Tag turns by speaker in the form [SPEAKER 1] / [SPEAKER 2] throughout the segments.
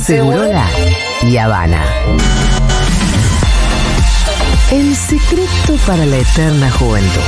[SPEAKER 1] Segurola y Habana. El secreto para la eterna juventud.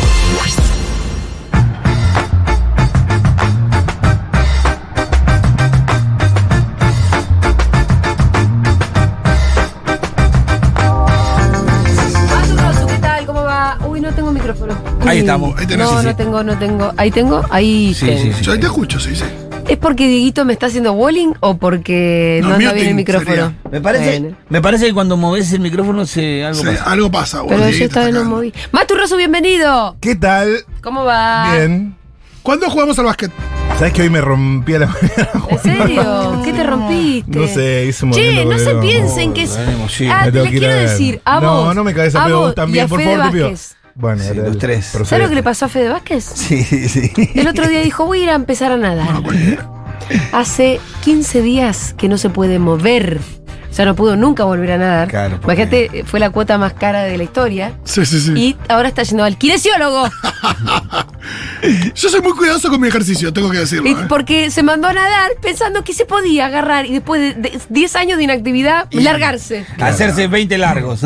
[SPEAKER 2] Pazu, Pazu, ¿qué tal? ¿Cómo va? Uy, no tengo micrófono.
[SPEAKER 3] Ahí
[SPEAKER 2] Uy.
[SPEAKER 3] estamos.
[SPEAKER 4] Ahí tenés.
[SPEAKER 2] No,
[SPEAKER 4] Sí,
[SPEAKER 2] no
[SPEAKER 4] sí.
[SPEAKER 2] tengo, no tengo. Ahí tengo, ahí.
[SPEAKER 3] Sí,
[SPEAKER 2] tengo.
[SPEAKER 3] sí, sí.
[SPEAKER 4] Yo ahí te escucho, sí, sí.
[SPEAKER 2] ¿Es porque Dieguito me está haciendo bowling o porque
[SPEAKER 4] No,
[SPEAKER 2] no, anda
[SPEAKER 4] muting
[SPEAKER 2] bien el micrófono?
[SPEAKER 4] sería.
[SPEAKER 3] Me parece,
[SPEAKER 2] Bueno.
[SPEAKER 3] me parece que cuando moves el micrófono se algo
[SPEAKER 4] Sí,
[SPEAKER 3] pasa.
[SPEAKER 4] algo pasa. vos,
[SPEAKER 2] Pero yo
[SPEAKER 4] Dieguito,
[SPEAKER 2] estaba
[SPEAKER 4] está
[SPEAKER 2] en un
[SPEAKER 4] acá.
[SPEAKER 2] móvil. Maturroso, bienvenido.
[SPEAKER 5] ¿Qué tal?
[SPEAKER 2] ¿Cómo va?
[SPEAKER 5] Bien.
[SPEAKER 4] ¿Cuándo jugamos al básquet?
[SPEAKER 5] ¿Sabes que hoy me rompí a la mañana?
[SPEAKER 2] ¿En serio? ¿Qué te rompiste?
[SPEAKER 5] No sé, hice un
[SPEAKER 2] Che,
[SPEAKER 5] movimiento
[SPEAKER 2] no se
[SPEAKER 5] boludo.
[SPEAKER 2] piensen que es.
[SPEAKER 3] Dale, sí.
[SPEAKER 2] Ah,
[SPEAKER 5] Me tengo
[SPEAKER 2] les
[SPEAKER 5] que ir
[SPEAKER 2] quiero
[SPEAKER 5] a ver.
[SPEAKER 2] decir, a
[SPEAKER 5] No,
[SPEAKER 2] vos,
[SPEAKER 5] no me cagues a
[SPEAKER 2] a
[SPEAKER 5] pedo,
[SPEAKER 2] vos
[SPEAKER 5] vos
[SPEAKER 2] y
[SPEAKER 5] también,
[SPEAKER 2] a
[SPEAKER 5] por
[SPEAKER 2] Fede
[SPEAKER 5] favor, te pido.
[SPEAKER 2] Vázquez.
[SPEAKER 5] Bueno,
[SPEAKER 3] Sí,
[SPEAKER 5] dale,
[SPEAKER 3] los
[SPEAKER 5] dale.
[SPEAKER 3] tres.
[SPEAKER 5] Procede.
[SPEAKER 2] ¿Sabes lo que le pasó a Fede Vázquez?
[SPEAKER 3] Sí, sí.
[SPEAKER 2] El otro día dijo, voy a ir a empezar a
[SPEAKER 5] Ah,
[SPEAKER 2] nadar. Hace 15 días que no se puede mover. O sea, no pudo nunca volver a nadar.
[SPEAKER 3] Claro, porque-
[SPEAKER 2] Imagínate, eh, fue la cuota más cara de la historia.
[SPEAKER 4] Sí, sí, sí.
[SPEAKER 2] Y ahora está yendo al kinesiólogo.
[SPEAKER 4] Yo soy muy cuidadoso con mi ejercicio, tengo que decirlo.
[SPEAKER 2] Y
[SPEAKER 4] ¿eh?
[SPEAKER 2] Porque se mandó a nadar pensando que se podía agarrar y después de de 10 años de inactividad, largarse.
[SPEAKER 3] Hacerse 20 largos.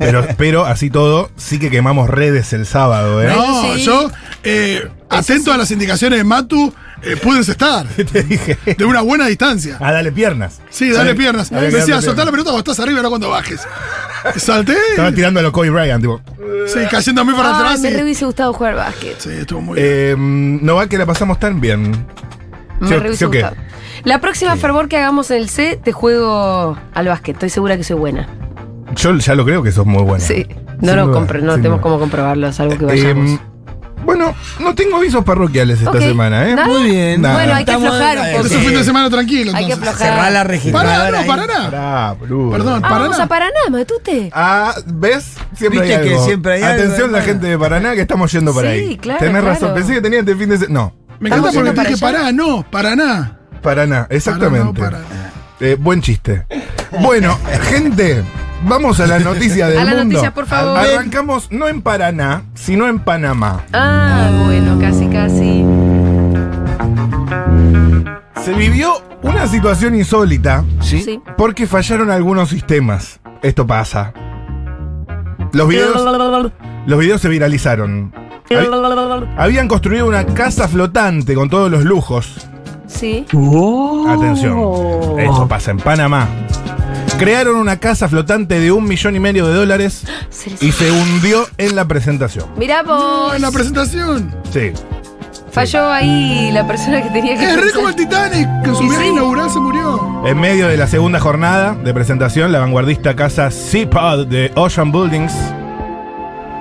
[SPEAKER 5] Pero, pero así todo, sí que quemamos redes el sábado, ¿eh?
[SPEAKER 4] No,
[SPEAKER 2] Bueno, sí.
[SPEAKER 4] yo, eh, atento a las indicaciones de Matu, eh, pude estar
[SPEAKER 5] Te dije.
[SPEAKER 4] de una buena distancia.
[SPEAKER 5] Ah, dale piernas.
[SPEAKER 4] Sí, dale piernas.
[SPEAKER 5] Había que darle
[SPEAKER 4] Decía,
[SPEAKER 5] piernas.
[SPEAKER 4] soltá la pelota cuando estás arriba, no cuando bajes. Salté,
[SPEAKER 5] Estaba tirando a lo Kobe Bryant, tipo.
[SPEAKER 4] sí, cayendo a mí para
[SPEAKER 2] Ay,
[SPEAKER 4] atrás.
[SPEAKER 2] me
[SPEAKER 4] y-
[SPEAKER 2] re hubiese gustado jugar básquet.
[SPEAKER 4] Sí, estuvo muy bien.
[SPEAKER 5] Eh, no va que la pasamos tan bien.
[SPEAKER 2] Me
[SPEAKER 5] ¿Sí
[SPEAKER 2] re
[SPEAKER 5] o-
[SPEAKER 2] hubiese
[SPEAKER 5] sí o qué?
[SPEAKER 2] gustado. La próxima fervor que hagamos en el C, te juego al básquet. Estoy segura que soy buena.
[SPEAKER 5] Yo ya lo creo que sos muy buena. Em,
[SPEAKER 2] Sí. No
[SPEAKER 5] Sin
[SPEAKER 2] lo
[SPEAKER 5] duda,
[SPEAKER 2] compro, no
[SPEAKER 5] sin
[SPEAKER 2] tenemos
[SPEAKER 5] duda.
[SPEAKER 2] cómo comprobarlo, salvo que
[SPEAKER 5] Eh,
[SPEAKER 2] vayamos.
[SPEAKER 5] bueno, no tengo avisos parroquiales esta
[SPEAKER 2] Ok.
[SPEAKER 5] semana, ¿eh?
[SPEAKER 2] Nada.
[SPEAKER 3] Muy bien.
[SPEAKER 5] Nada.
[SPEAKER 2] Bueno, hay que
[SPEAKER 3] Estamos-
[SPEAKER 2] aflojar Ah, un
[SPEAKER 4] Este Es
[SPEAKER 2] poco.
[SPEAKER 4] un fin de semana tranquilo,
[SPEAKER 2] Hay que
[SPEAKER 4] entonces.
[SPEAKER 2] aflojar.
[SPEAKER 3] Cerrá la
[SPEAKER 4] Pará,
[SPEAKER 3] registradora.
[SPEAKER 4] no,
[SPEAKER 3] ahí.
[SPEAKER 4] pará.
[SPEAKER 5] Pará, boludo.
[SPEAKER 4] Perdón.
[SPEAKER 2] Ah, vamos
[SPEAKER 4] Paraná.
[SPEAKER 2] a Paraná, Matute.
[SPEAKER 5] Ah, ¿ves? Siempre
[SPEAKER 3] Viste
[SPEAKER 5] hay
[SPEAKER 3] que
[SPEAKER 5] algo.
[SPEAKER 3] siempre hay algo,
[SPEAKER 5] Atención la
[SPEAKER 3] hermano.
[SPEAKER 5] gente de Paraná que estamos yendo para
[SPEAKER 2] Sí,
[SPEAKER 5] ahí.
[SPEAKER 2] claro,
[SPEAKER 5] Tenés
[SPEAKER 2] claro.
[SPEAKER 5] razón, pensé que tenía este fin de semana. No,
[SPEAKER 4] Me
[SPEAKER 2] Estamos
[SPEAKER 4] encanta porque
[SPEAKER 2] yendo
[SPEAKER 4] te dije,
[SPEAKER 2] para allá.
[SPEAKER 4] pará, no, Paraná.
[SPEAKER 5] Paraná, exactamente.
[SPEAKER 4] Paraná, Paraná.
[SPEAKER 5] Eh, buen chiste. Bueno, gente, vamos a la noticia del
[SPEAKER 2] A la
[SPEAKER 5] mundo.
[SPEAKER 2] noticia, por favor.
[SPEAKER 5] Arrancamos no en Paraná, sino en Panamá.
[SPEAKER 2] Ah, bueno, casi, casi.
[SPEAKER 5] Se vivió una situación insólita
[SPEAKER 3] ¿Sí?
[SPEAKER 2] Sí.
[SPEAKER 5] porque fallaron algunos sistemas. Esto pasa. Los videos, los videos se viralizaron. Hab- Habían construido una casa flotante con todos los lujos.
[SPEAKER 2] Sí.
[SPEAKER 5] Atención, esto pasa en Panamá. Crearon una casa flotante de un millón y medio de dólares
[SPEAKER 2] Se
[SPEAKER 5] y
[SPEAKER 2] les-
[SPEAKER 5] se hundió en la presentación.
[SPEAKER 2] Mirá vos.
[SPEAKER 4] En la presentación.
[SPEAKER 5] Sí.
[SPEAKER 2] Falló ahí la persona que tenía que
[SPEAKER 4] Es re
[SPEAKER 2] pensar.
[SPEAKER 4] como el Titanic, que en
[SPEAKER 2] Y
[SPEAKER 4] su viaje
[SPEAKER 2] sí.
[SPEAKER 4] inaugural se murió.
[SPEAKER 5] En medio de la segunda jornada de presentación, la vanguardista casa Seapod de Ocean Buildings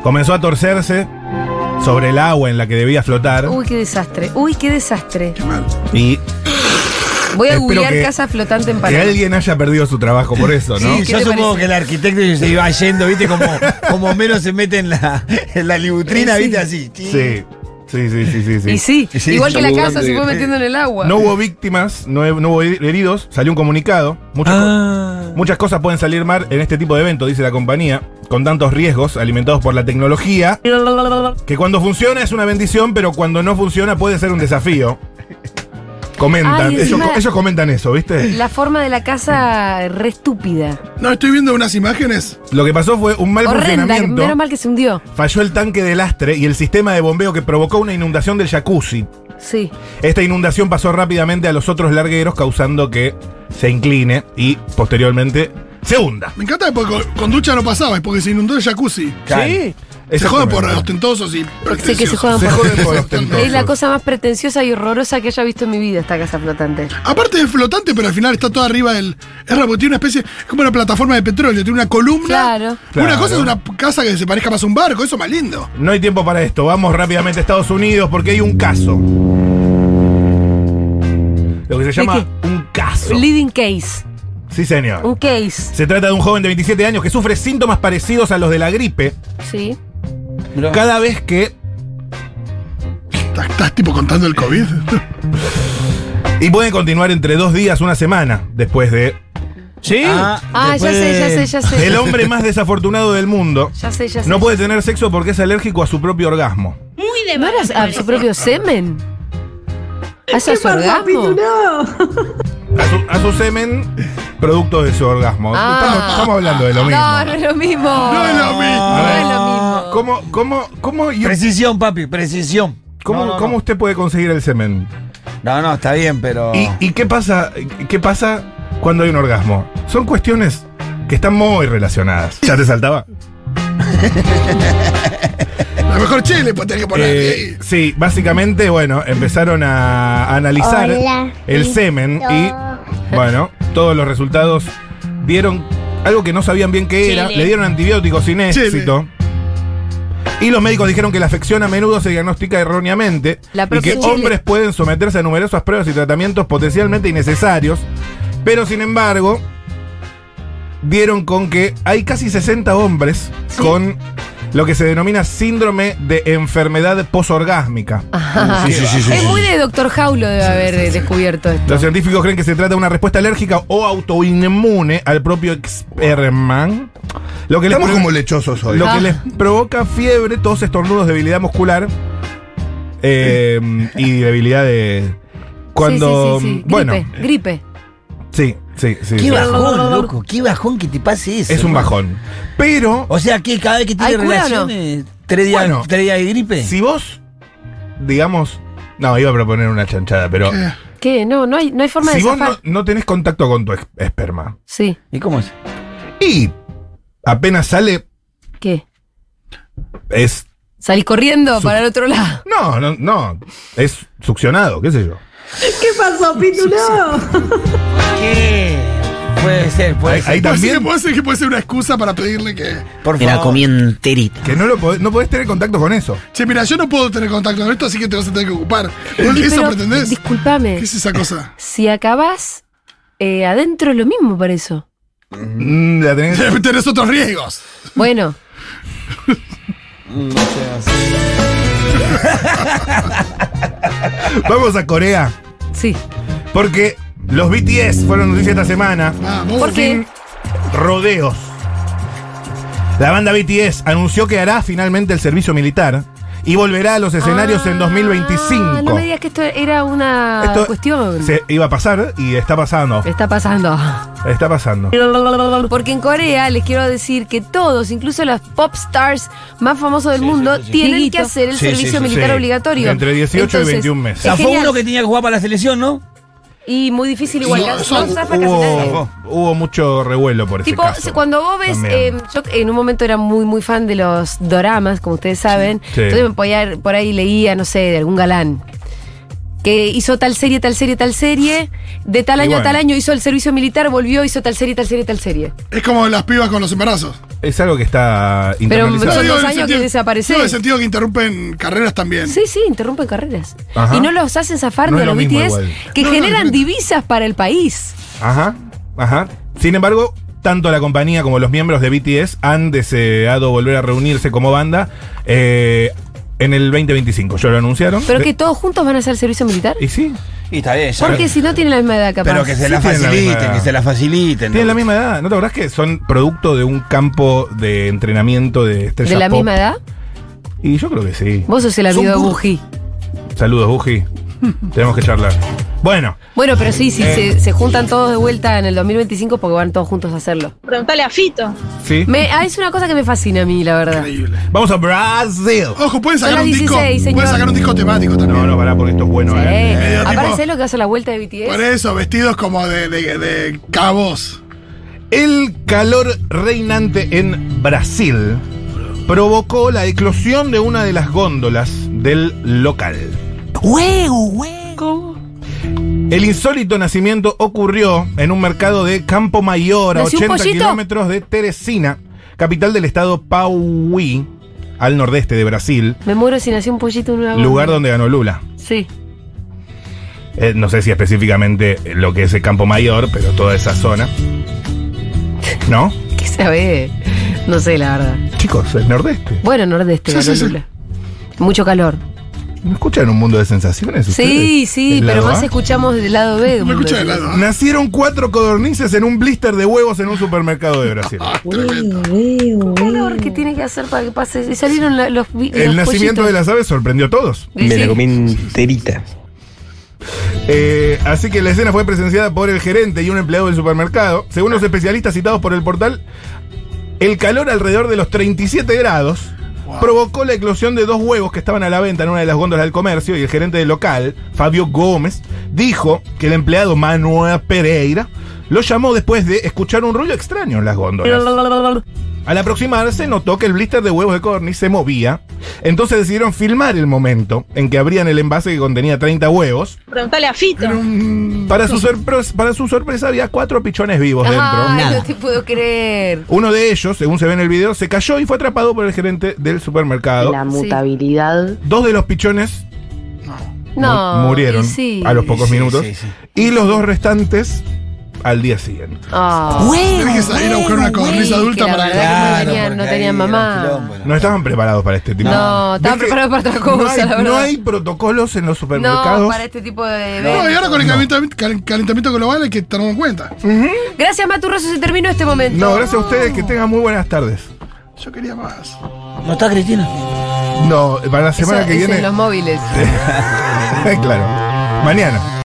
[SPEAKER 5] comenzó a torcerse sobre el agua en la que debía flotar
[SPEAKER 2] Uy, qué desastre. Uy, qué desastre.
[SPEAKER 4] Qué mal.
[SPEAKER 5] y
[SPEAKER 2] Voy a
[SPEAKER 5] Espero
[SPEAKER 2] googlear
[SPEAKER 5] que-
[SPEAKER 2] casa flotante en
[SPEAKER 5] que
[SPEAKER 2] Paraná.
[SPEAKER 5] alguien haya perdido su trabajo por eso, ¿no?
[SPEAKER 3] Sí,
[SPEAKER 2] ¿Qué
[SPEAKER 3] yo
[SPEAKER 2] te
[SPEAKER 3] supongo
[SPEAKER 2] parece?
[SPEAKER 3] que el arquitecto se iba yendo, ¿viste? Como, como menos se mete en la, en la libutrina,
[SPEAKER 2] Sí.
[SPEAKER 3] ¿viste? Así.
[SPEAKER 5] Sí, sí, sí, sí, sí. sí.
[SPEAKER 2] Y sí,
[SPEAKER 3] Y sí,
[SPEAKER 2] igual que la
[SPEAKER 3] seguramente
[SPEAKER 2] casa se fue
[SPEAKER 3] que-
[SPEAKER 2] metiendo en el agua.
[SPEAKER 5] No hubo víctimas, no, he- no hubo heridos, salió un comunicado. Muchas, co-
[SPEAKER 3] Ah.
[SPEAKER 5] muchas cosas pueden salir mal en este tipo de eventos, dice la compañía, con tantos riesgos alimentados por la tecnología, que cuando funciona es una bendición, pero cuando no funciona puede ser un desafío. Comentan,
[SPEAKER 2] Ay,
[SPEAKER 5] ellos,
[SPEAKER 2] encima-
[SPEAKER 5] co- ellos comentan eso, ¿viste?
[SPEAKER 2] La forma de la casa re estúpida.
[SPEAKER 4] No, estoy viendo unas imágenes.
[SPEAKER 5] Lo que pasó fue un mal
[SPEAKER 2] Horrenda. Menos
[SPEAKER 5] funcionamiento.
[SPEAKER 2] mal que se hundió.
[SPEAKER 5] Falló el tanque de lastre y el sistema de bombeo que provocó una inundación del jacuzzi.
[SPEAKER 2] Sí.
[SPEAKER 5] Esta inundación pasó rápidamente a los otros largueros, causando que se incline y posteriormente se hunda.
[SPEAKER 4] Me encanta porque con- con ducha no pasaba, es porque se inundó el jacuzzi.
[SPEAKER 5] Sí.
[SPEAKER 4] Se joden por
[SPEAKER 5] Exactamente.
[SPEAKER 4] ostentosos y
[SPEAKER 2] Sí, que se
[SPEAKER 4] pretenciosos.
[SPEAKER 2] jodan
[SPEAKER 5] Se
[SPEAKER 2] por-
[SPEAKER 5] joden por
[SPEAKER 2] Es la
[SPEAKER 5] ostentosos.
[SPEAKER 2] cosa más pretenciosa y horrorosa que haya visto en mi vida esta casa flotante.
[SPEAKER 4] Aparte es flotante, pero al final está todo arriba del. Es raro, porque tiene una especie. Es como una plataforma de petróleo, tiene una columna.
[SPEAKER 2] Claro.
[SPEAKER 4] Una
[SPEAKER 5] Claro.
[SPEAKER 4] cosa es una casa que se parezca más a un barco, eso más lindo.
[SPEAKER 5] No hay tiempo para esto. Vamos rápidamente a Estados Unidos porque hay un caso. Lo que se llama un caso.
[SPEAKER 2] Living case.
[SPEAKER 5] Sí,
[SPEAKER 2] Un
[SPEAKER 5] señor.
[SPEAKER 2] case.
[SPEAKER 5] Se trata de un joven de 27 años que sufre síntomas parecidos a los de la gripe
[SPEAKER 2] Sí.
[SPEAKER 5] cada vez que...
[SPEAKER 4] ¿Estás, estás tipo contando el COVID?
[SPEAKER 5] Y puede continuar entre dos días, una semana después de...
[SPEAKER 3] ¿Sí?
[SPEAKER 2] Ah, ya sé, ya sé, ya sé.
[SPEAKER 5] El hombre más desafortunado del mundo
[SPEAKER 2] Ya sé, ya sé.
[SPEAKER 5] no puede tener sexo porque es alérgico a su propio orgasmo.
[SPEAKER 6] Muy de
[SPEAKER 2] ¿No
[SPEAKER 6] varas,
[SPEAKER 2] era a su
[SPEAKER 6] parece.
[SPEAKER 2] propio semen? ¿A su orgasmo?
[SPEAKER 5] A su, a su semen producto de su orgasmo.
[SPEAKER 2] Ah.
[SPEAKER 5] Estamos, estamos hablando de lo mismo.
[SPEAKER 2] No, no es lo mismo. No
[SPEAKER 4] es lo mismo.
[SPEAKER 2] No es lo mismo.
[SPEAKER 5] ¿Cómo, cómo, cómo, yo-
[SPEAKER 3] Precisión, papi, precisión.
[SPEAKER 5] cómo-
[SPEAKER 3] No, no, no.
[SPEAKER 5] cómo usted puede conseguir el semen?
[SPEAKER 3] No, no, está bien, pero.
[SPEAKER 5] ¿Y, y qué, pasa, qué pasa cuando hay un orgasmo? Son cuestiones que están muy relacionadas. ¿Ya te saltaba?
[SPEAKER 4] A lo mejor chile, pues tenés que poner.
[SPEAKER 5] Eh, sí, básicamente, bueno, empezaron a analizar
[SPEAKER 6] Hola,
[SPEAKER 5] el
[SPEAKER 6] sí.
[SPEAKER 5] semen y, bueno, todos los resultados dieron algo que no sabían bien qué era,
[SPEAKER 2] Chile.
[SPEAKER 5] le dieron antibióticos sin
[SPEAKER 4] Chile.
[SPEAKER 5] éxito. Y los médicos dijeron que la afección a menudo se diagnostica erróneamente
[SPEAKER 2] La
[SPEAKER 5] y que
[SPEAKER 2] próxima-
[SPEAKER 5] hombres pueden someterse a numerosas pruebas y tratamientos potencialmente innecesarios. Pero sin embargo, dieron con que hay casi 60 hombres con lo que se denomina síndrome de enfermedad posorgásmica.
[SPEAKER 2] Ajá.
[SPEAKER 3] Sí, sí, sí, sí,
[SPEAKER 2] es
[SPEAKER 3] sí.
[SPEAKER 2] muy de Doctor Jaulo debe haber eh, descubierto esto.
[SPEAKER 5] Los científicos creen que se trata de una respuesta alérgica o autoinmune al propio esperma, lo que les
[SPEAKER 7] Estamos
[SPEAKER 5] provoca-
[SPEAKER 7] como lechosos hoy.
[SPEAKER 5] Lo
[SPEAKER 2] Ah.
[SPEAKER 5] que les provoca fiebre, todos estornudos, debilidad muscular eh, y debilidad de. Cuando.
[SPEAKER 2] Sí, sí, sí, sí.
[SPEAKER 5] Bueno,
[SPEAKER 2] Gripe, gripe.
[SPEAKER 5] sí, sí, sí. sí.
[SPEAKER 3] Qué bajón, loco, qué bajón que te pase eso.
[SPEAKER 5] Es un bajón. Pero,
[SPEAKER 3] O sea que cada vez que
[SPEAKER 2] ¿Hay
[SPEAKER 3] tiene
[SPEAKER 2] cura o no?
[SPEAKER 3] relaciones, tres, días,
[SPEAKER 5] Bueno.
[SPEAKER 3] tres días de gripe.
[SPEAKER 5] si vos, digamos. No, iba a proponer una chanchada, pero.
[SPEAKER 2] Ah. ¿Qué? No, no hay, no hay forma
[SPEAKER 5] Si
[SPEAKER 2] de
[SPEAKER 5] vos
[SPEAKER 2] zafar.
[SPEAKER 5] no, no tenés contacto con tu ex- esperma
[SPEAKER 2] Sí,
[SPEAKER 3] ¿Y cómo es?
[SPEAKER 5] y apenas sale,
[SPEAKER 2] ¿qué?
[SPEAKER 5] es.
[SPEAKER 2] Salís corriendo para el otro lado.
[SPEAKER 5] No, no, no. Es succionado, qué sé yo.
[SPEAKER 3] ¿Qué? Puede ser, puede
[SPEAKER 5] Ahí-
[SPEAKER 3] ser.
[SPEAKER 4] Puede
[SPEAKER 5] ahí
[SPEAKER 4] ser, que
[SPEAKER 5] también.
[SPEAKER 4] puede ser que puede ser una excusa para pedirle que.
[SPEAKER 3] Por
[SPEAKER 8] Me la
[SPEAKER 3] favor.
[SPEAKER 8] comí enterita.
[SPEAKER 5] Que no, lo podés, no podés tener contacto con eso.
[SPEAKER 4] Che, mira, yo no puedo tener contacto con esto, así que te vas a tener que ocupar. ¿Vos
[SPEAKER 2] Y
[SPEAKER 4] ¿Eso
[SPEAKER 2] pero,
[SPEAKER 4] pretendés?
[SPEAKER 2] Disculpame.
[SPEAKER 4] ¿Qué es esa cosa?
[SPEAKER 2] Si acabás, eh, adentro es lo mismo para eso.
[SPEAKER 5] Mm, La tenés-
[SPEAKER 4] Tenés otros riesgos.
[SPEAKER 2] Bueno,
[SPEAKER 5] Vamos a Corea.
[SPEAKER 2] sí.
[SPEAKER 5] Porque los BTS fueron noticia esta semana.
[SPEAKER 4] Vamos.
[SPEAKER 2] Porque
[SPEAKER 5] Rodeos. La banda BTS anunció que hará finalmente el servicio militar y volverá a los escenarios en 2025.
[SPEAKER 2] ah, No me digas que esto era una
[SPEAKER 5] Esto
[SPEAKER 2] cuestión.
[SPEAKER 5] se iba a pasar y está pasando.
[SPEAKER 2] Está pasando.
[SPEAKER 5] Está pasando.
[SPEAKER 2] Porque en Corea les quiero decir que todos, incluso las pop stars más famosos del mundo, tienen
[SPEAKER 8] Dieguito.
[SPEAKER 2] que hacer el
[SPEAKER 3] Sí,
[SPEAKER 2] servicio
[SPEAKER 3] sí, sí,
[SPEAKER 2] militar
[SPEAKER 5] sí.
[SPEAKER 2] obligatorio.
[SPEAKER 5] Entre 18 y 21 meses.
[SPEAKER 2] es
[SPEAKER 3] Zafó
[SPEAKER 2] genial.
[SPEAKER 3] uno que tenía que jugar para la selección, ¿no?
[SPEAKER 2] Y muy difícil igual.
[SPEAKER 4] No,
[SPEAKER 2] No,
[SPEAKER 4] eso-
[SPEAKER 2] zafa casi nadie.
[SPEAKER 5] Hubo, hubo mucho revuelo por ese
[SPEAKER 2] Tipo,
[SPEAKER 5] caso.
[SPEAKER 2] se- cuando vos ves,
[SPEAKER 5] También.
[SPEAKER 2] eh, yo en un momento era muy, muy fan de los doramas, como ustedes saben.
[SPEAKER 5] Sí.
[SPEAKER 2] Entonces me podía- por ahí leía, no sé, de algún galán. Que hizo tal serie, tal serie, tal serie. De tal
[SPEAKER 5] Y
[SPEAKER 2] año a
[SPEAKER 5] bueno.
[SPEAKER 2] tal año hizo el servicio militar, volvió, hizo tal serie, tal serie, tal serie.
[SPEAKER 4] Es como las pibas con los embarazos.
[SPEAKER 5] Es algo que está
[SPEAKER 2] Son
[SPEAKER 5] internalizado.
[SPEAKER 2] dos
[SPEAKER 4] en el
[SPEAKER 2] años que desaparecés.
[SPEAKER 4] No, en el sentido que interrumpen carreras también.
[SPEAKER 2] Sí, sí, interrumpen carreras.
[SPEAKER 5] Ajá.
[SPEAKER 2] Y no los hacen zafar
[SPEAKER 5] No
[SPEAKER 2] de
[SPEAKER 5] es lo
[SPEAKER 2] los
[SPEAKER 5] mismo
[SPEAKER 2] BTS,
[SPEAKER 5] igual.
[SPEAKER 2] que
[SPEAKER 4] No, no,
[SPEAKER 2] generan
[SPEAKER 4] no.
[SPEAKER 2] divisas para el país.
[SPEAKER 5] Ajá, ajá. Sin embargo, tanto la compañía como los miembros de BTS han deseado volver a reunirse como banda eh, en el 2025. Ya lo anunciaron.
[SPEAKER 2] Pero
[SPEAKER 5] De-
[SPEAKER 2] que todos juntos van a hacer el servicio militar.
[SPEAKER 5] Y sí,
[SPEAKER 3] Y está bien, ya.
[SPEAKER 2] Porque si no tienen la misma edad, capaz.
[SPEAKER 3] Pero que se
[SPEAKER 5] Sí
[SPEAKER 3] la
[SPEAKER 5] tienen la misma
[SPEAKER 3] faciliten,
[SPEAKER 5] edad.
[SPEAKER 3] que se la faciliten.
[SPEAKER 5] tienen la
[SPEAKER 3] ¿no?
[SPEAKER 5] misma edad. ¿No te acordás que son producto de un campo de entrenamiento de estrellas
[SPEAKER 2] ¿De la
[SPEAKER 5] pop?
[SPEAKER 2] misma edad?
[SPEAKER 5] Y yo creo que sí.
[SPEAKER 2] Vos sos el
[SPEAKER 4] Son
[SPEAKER 2] amigo de
[SPEAKER 4] burros.
[SPEAKER 2] Buji.
[SPEAKER 5] Saludos, Buji. Tenemos que charlar. Bueno,
[SPEAKER 2] Bueno, pero sí, sí, se, se juntan todos de vuelta en el 2025 porque van todos juntos a hacerlo.
[SPEAKER 9] Preguntale a Fito.
[SPEAKER 5] sí.
[SPEAKER 2] Me- ah, es una cosa que me fascina a mí, la verdad.
[SPEAKER 4] Increíble.
[SPEAKER 5] Vamos a Brasil.
[SPEAKER 4] Ojo, pueden
[SPEAKER 2] Son
[SPEAKER 4] sacar
[SPEAKER 2] las
[SPEAKER 4] un disco.
[SPEAKER 2] 16, señor.
[SPEAKER 4] Pueden sacar un disco temático también.
[SPEAKER 5] No, no, pará, porque esto es bueno. ¿eh?
[SPEAKER 2] Eh,
[SPEAKER 4] tipo-
[SPEAKER 2] aparte, ¿sabés lo que hace la vuelta de
[SPEAKER 4] Por
[SPEAKER 2] BTS?
[SPEAKER 4] eso, vestidos como de, de- de cabos.
[SPEAKER 5] El calor reinante en Brasil provocó la eclosión de una de las góndolas del local. El insólito nacimiento ocurrió en un mercado de Campo Mayor, a
[SPEAKER 2] ¿Nació un
[SPEAKER 5] 80
[SPEAKER 2] pollito?
[SPEAKER 5] kilómetros de Teresina, capital del estado Pauí, al nordeste de Brasil,
[SPEAKER 2] Me muero si nació un pollito en una bomba.
[SPEAKER 5] lugar donde ganó Lula.
[SPEAKER 2] Sí.
[SPEAKER 5] Eh, no sé si específicamente lo que es el Campo Mayor, pero toda esa zona. ¿No?
[SPEAKER 2] ¿Qué sabe? No sé, la verdad.
[SPEAKER 5] Chicos, el nordeste.
[SPEAKER 2] Bueno, nordeste,
[SPEAKER 4] Sí, sí, sí.
[SPEAKER 2] Lula. Mucho calor.
[SPEAKER 5] ¿No escuchan un mundo de sensaciones?
[SPEAKER 2] Sí,
[SPEAKER 5] ustedes?
[SPEAKER 2] sí,
[SPEAKER 5] ¿El
[SPEAKER 2] pero
[SPEAKER 5] lado
[SPEAKER 2] más
[SPEAKER 5] A?
[SPEAKER 2] escuchamos del lado B.
[SPEAKER 4] No escucha de lado. ¿eh?
[SPEAKER 5] Nacieron cuatro codornices en un blister de huevos en un supermercado de Brasil.
[SPEAKER 4] Ah, tremendo.
[SPEAKER 2] ¿Qué calor que tiene que hacer para que pase? Y salieron la- los, vi- los
[SPEAKER 5] El nacimiento de las aves sorprendió a todos.
[SPEAKER 2] pollitos.
[SPEAKER 8] Me la
[SPEAKER 2] Sí.
[SPEAKER 8] comí enterita.
[SPEAKER 5] Eh, así que la escena fue presenciada por el gerente y un empleado del supermercado. Según los especialistas citados por el portal, el calor alrededor de los 37 grados provocó la eclosión de dos huevos que estaban a la venta en una de las góndolas del comercio y el gerente del local, Fabio Gómez, dijo que el empleado Manuel Pereira lo llamó después de escuchar un ruido extraño en las góndolas. Al aproximarse notó que el blister de huevos de Corny se movía, entonces decidieron filmar el momento en que abrían el envase que contenía 30 huevos.
[SPEAKER 6] Preguntale a Fito.
[SPEAKER 5] Para su, sorpre- para su sorpresa había cuatro pichones vivos dentro.
[SPEAKER 2] Ay, no te puedo creer.
[SPEAKER 5] Uno de ellos, según se ve en el video, se cayó y fue atrapado por el gerente del supermercado.
[SPEAKER 7] La mutabilidad.
[SPEAKER 5] Dos de los pichones
[SPEAKER 2] No.
[SPEAKER 5] mu- murieron
[SPEAKER 2] y sí.
[SPEAKER 5] a los pocos
[SPEAKER 3] Sí,
[SPEAKER 5] minutos
[SPEAKER 3] sí, sí.
[SPEAKER 5] y los dos restantes al día siguiente.
[SPEAKER 2] Ah.
[SPEAKER 4] Tenés que salir a buscar una cornisa
[SPEAKER 2] güey,
[SPEAKER 4] adulta
[SPEAKER 2] que la
[SPEAKER 4] para
[SPEAKER 2] verdad-
[SPEAKER 4] Claro,
[SPEAKER 2] tenían- no
[SPEAKER 3] porque
[SPEAKER 2] tenían
[SPEAKER 3] ahí
[SPEAKER 2] mamá.
[SPEAKER 3] era un quilombo,
[SPEAKER 5] No estaban preparados para este tipo.
[SPEAKER 2] No, estaban
[SPEAKER 5] ¿Ves que
[SPEAKER 2] preparados para otra cosa,
[SPEAKER 5] no hay,
[SPEAKER 2] la verdad.
[SPEAKER 5] no hay protocolos en los supermercados.
[SPEAKER 2] No, para este tipo de
[SPEAKER 4] No, y
[SPEAKER 2] eventos.
[SPEAKER 4] ahora con el calentamiento, cal- calentamiento global hay que tenerlo en cuenta.
[SPEAKER 2] Gracias, Maturroso, se terminó este momento.
[SPEAKER 5] No, gracias a ustedes, que tengan muy buenas tardes.
[SPEAKER 4] Yo quería más.
[SPEAKER 3] ¿No está Cristina?
[SPEAKER 5] No, para la
[SPEAKER 2] Eso
[SPEAKER 5] semana que
[SPEAKER 2] dicen
[SPEAKER 5] viene.
[SPEAKER 2] los móviles.
[SPEAKER 5] claro. Mañana.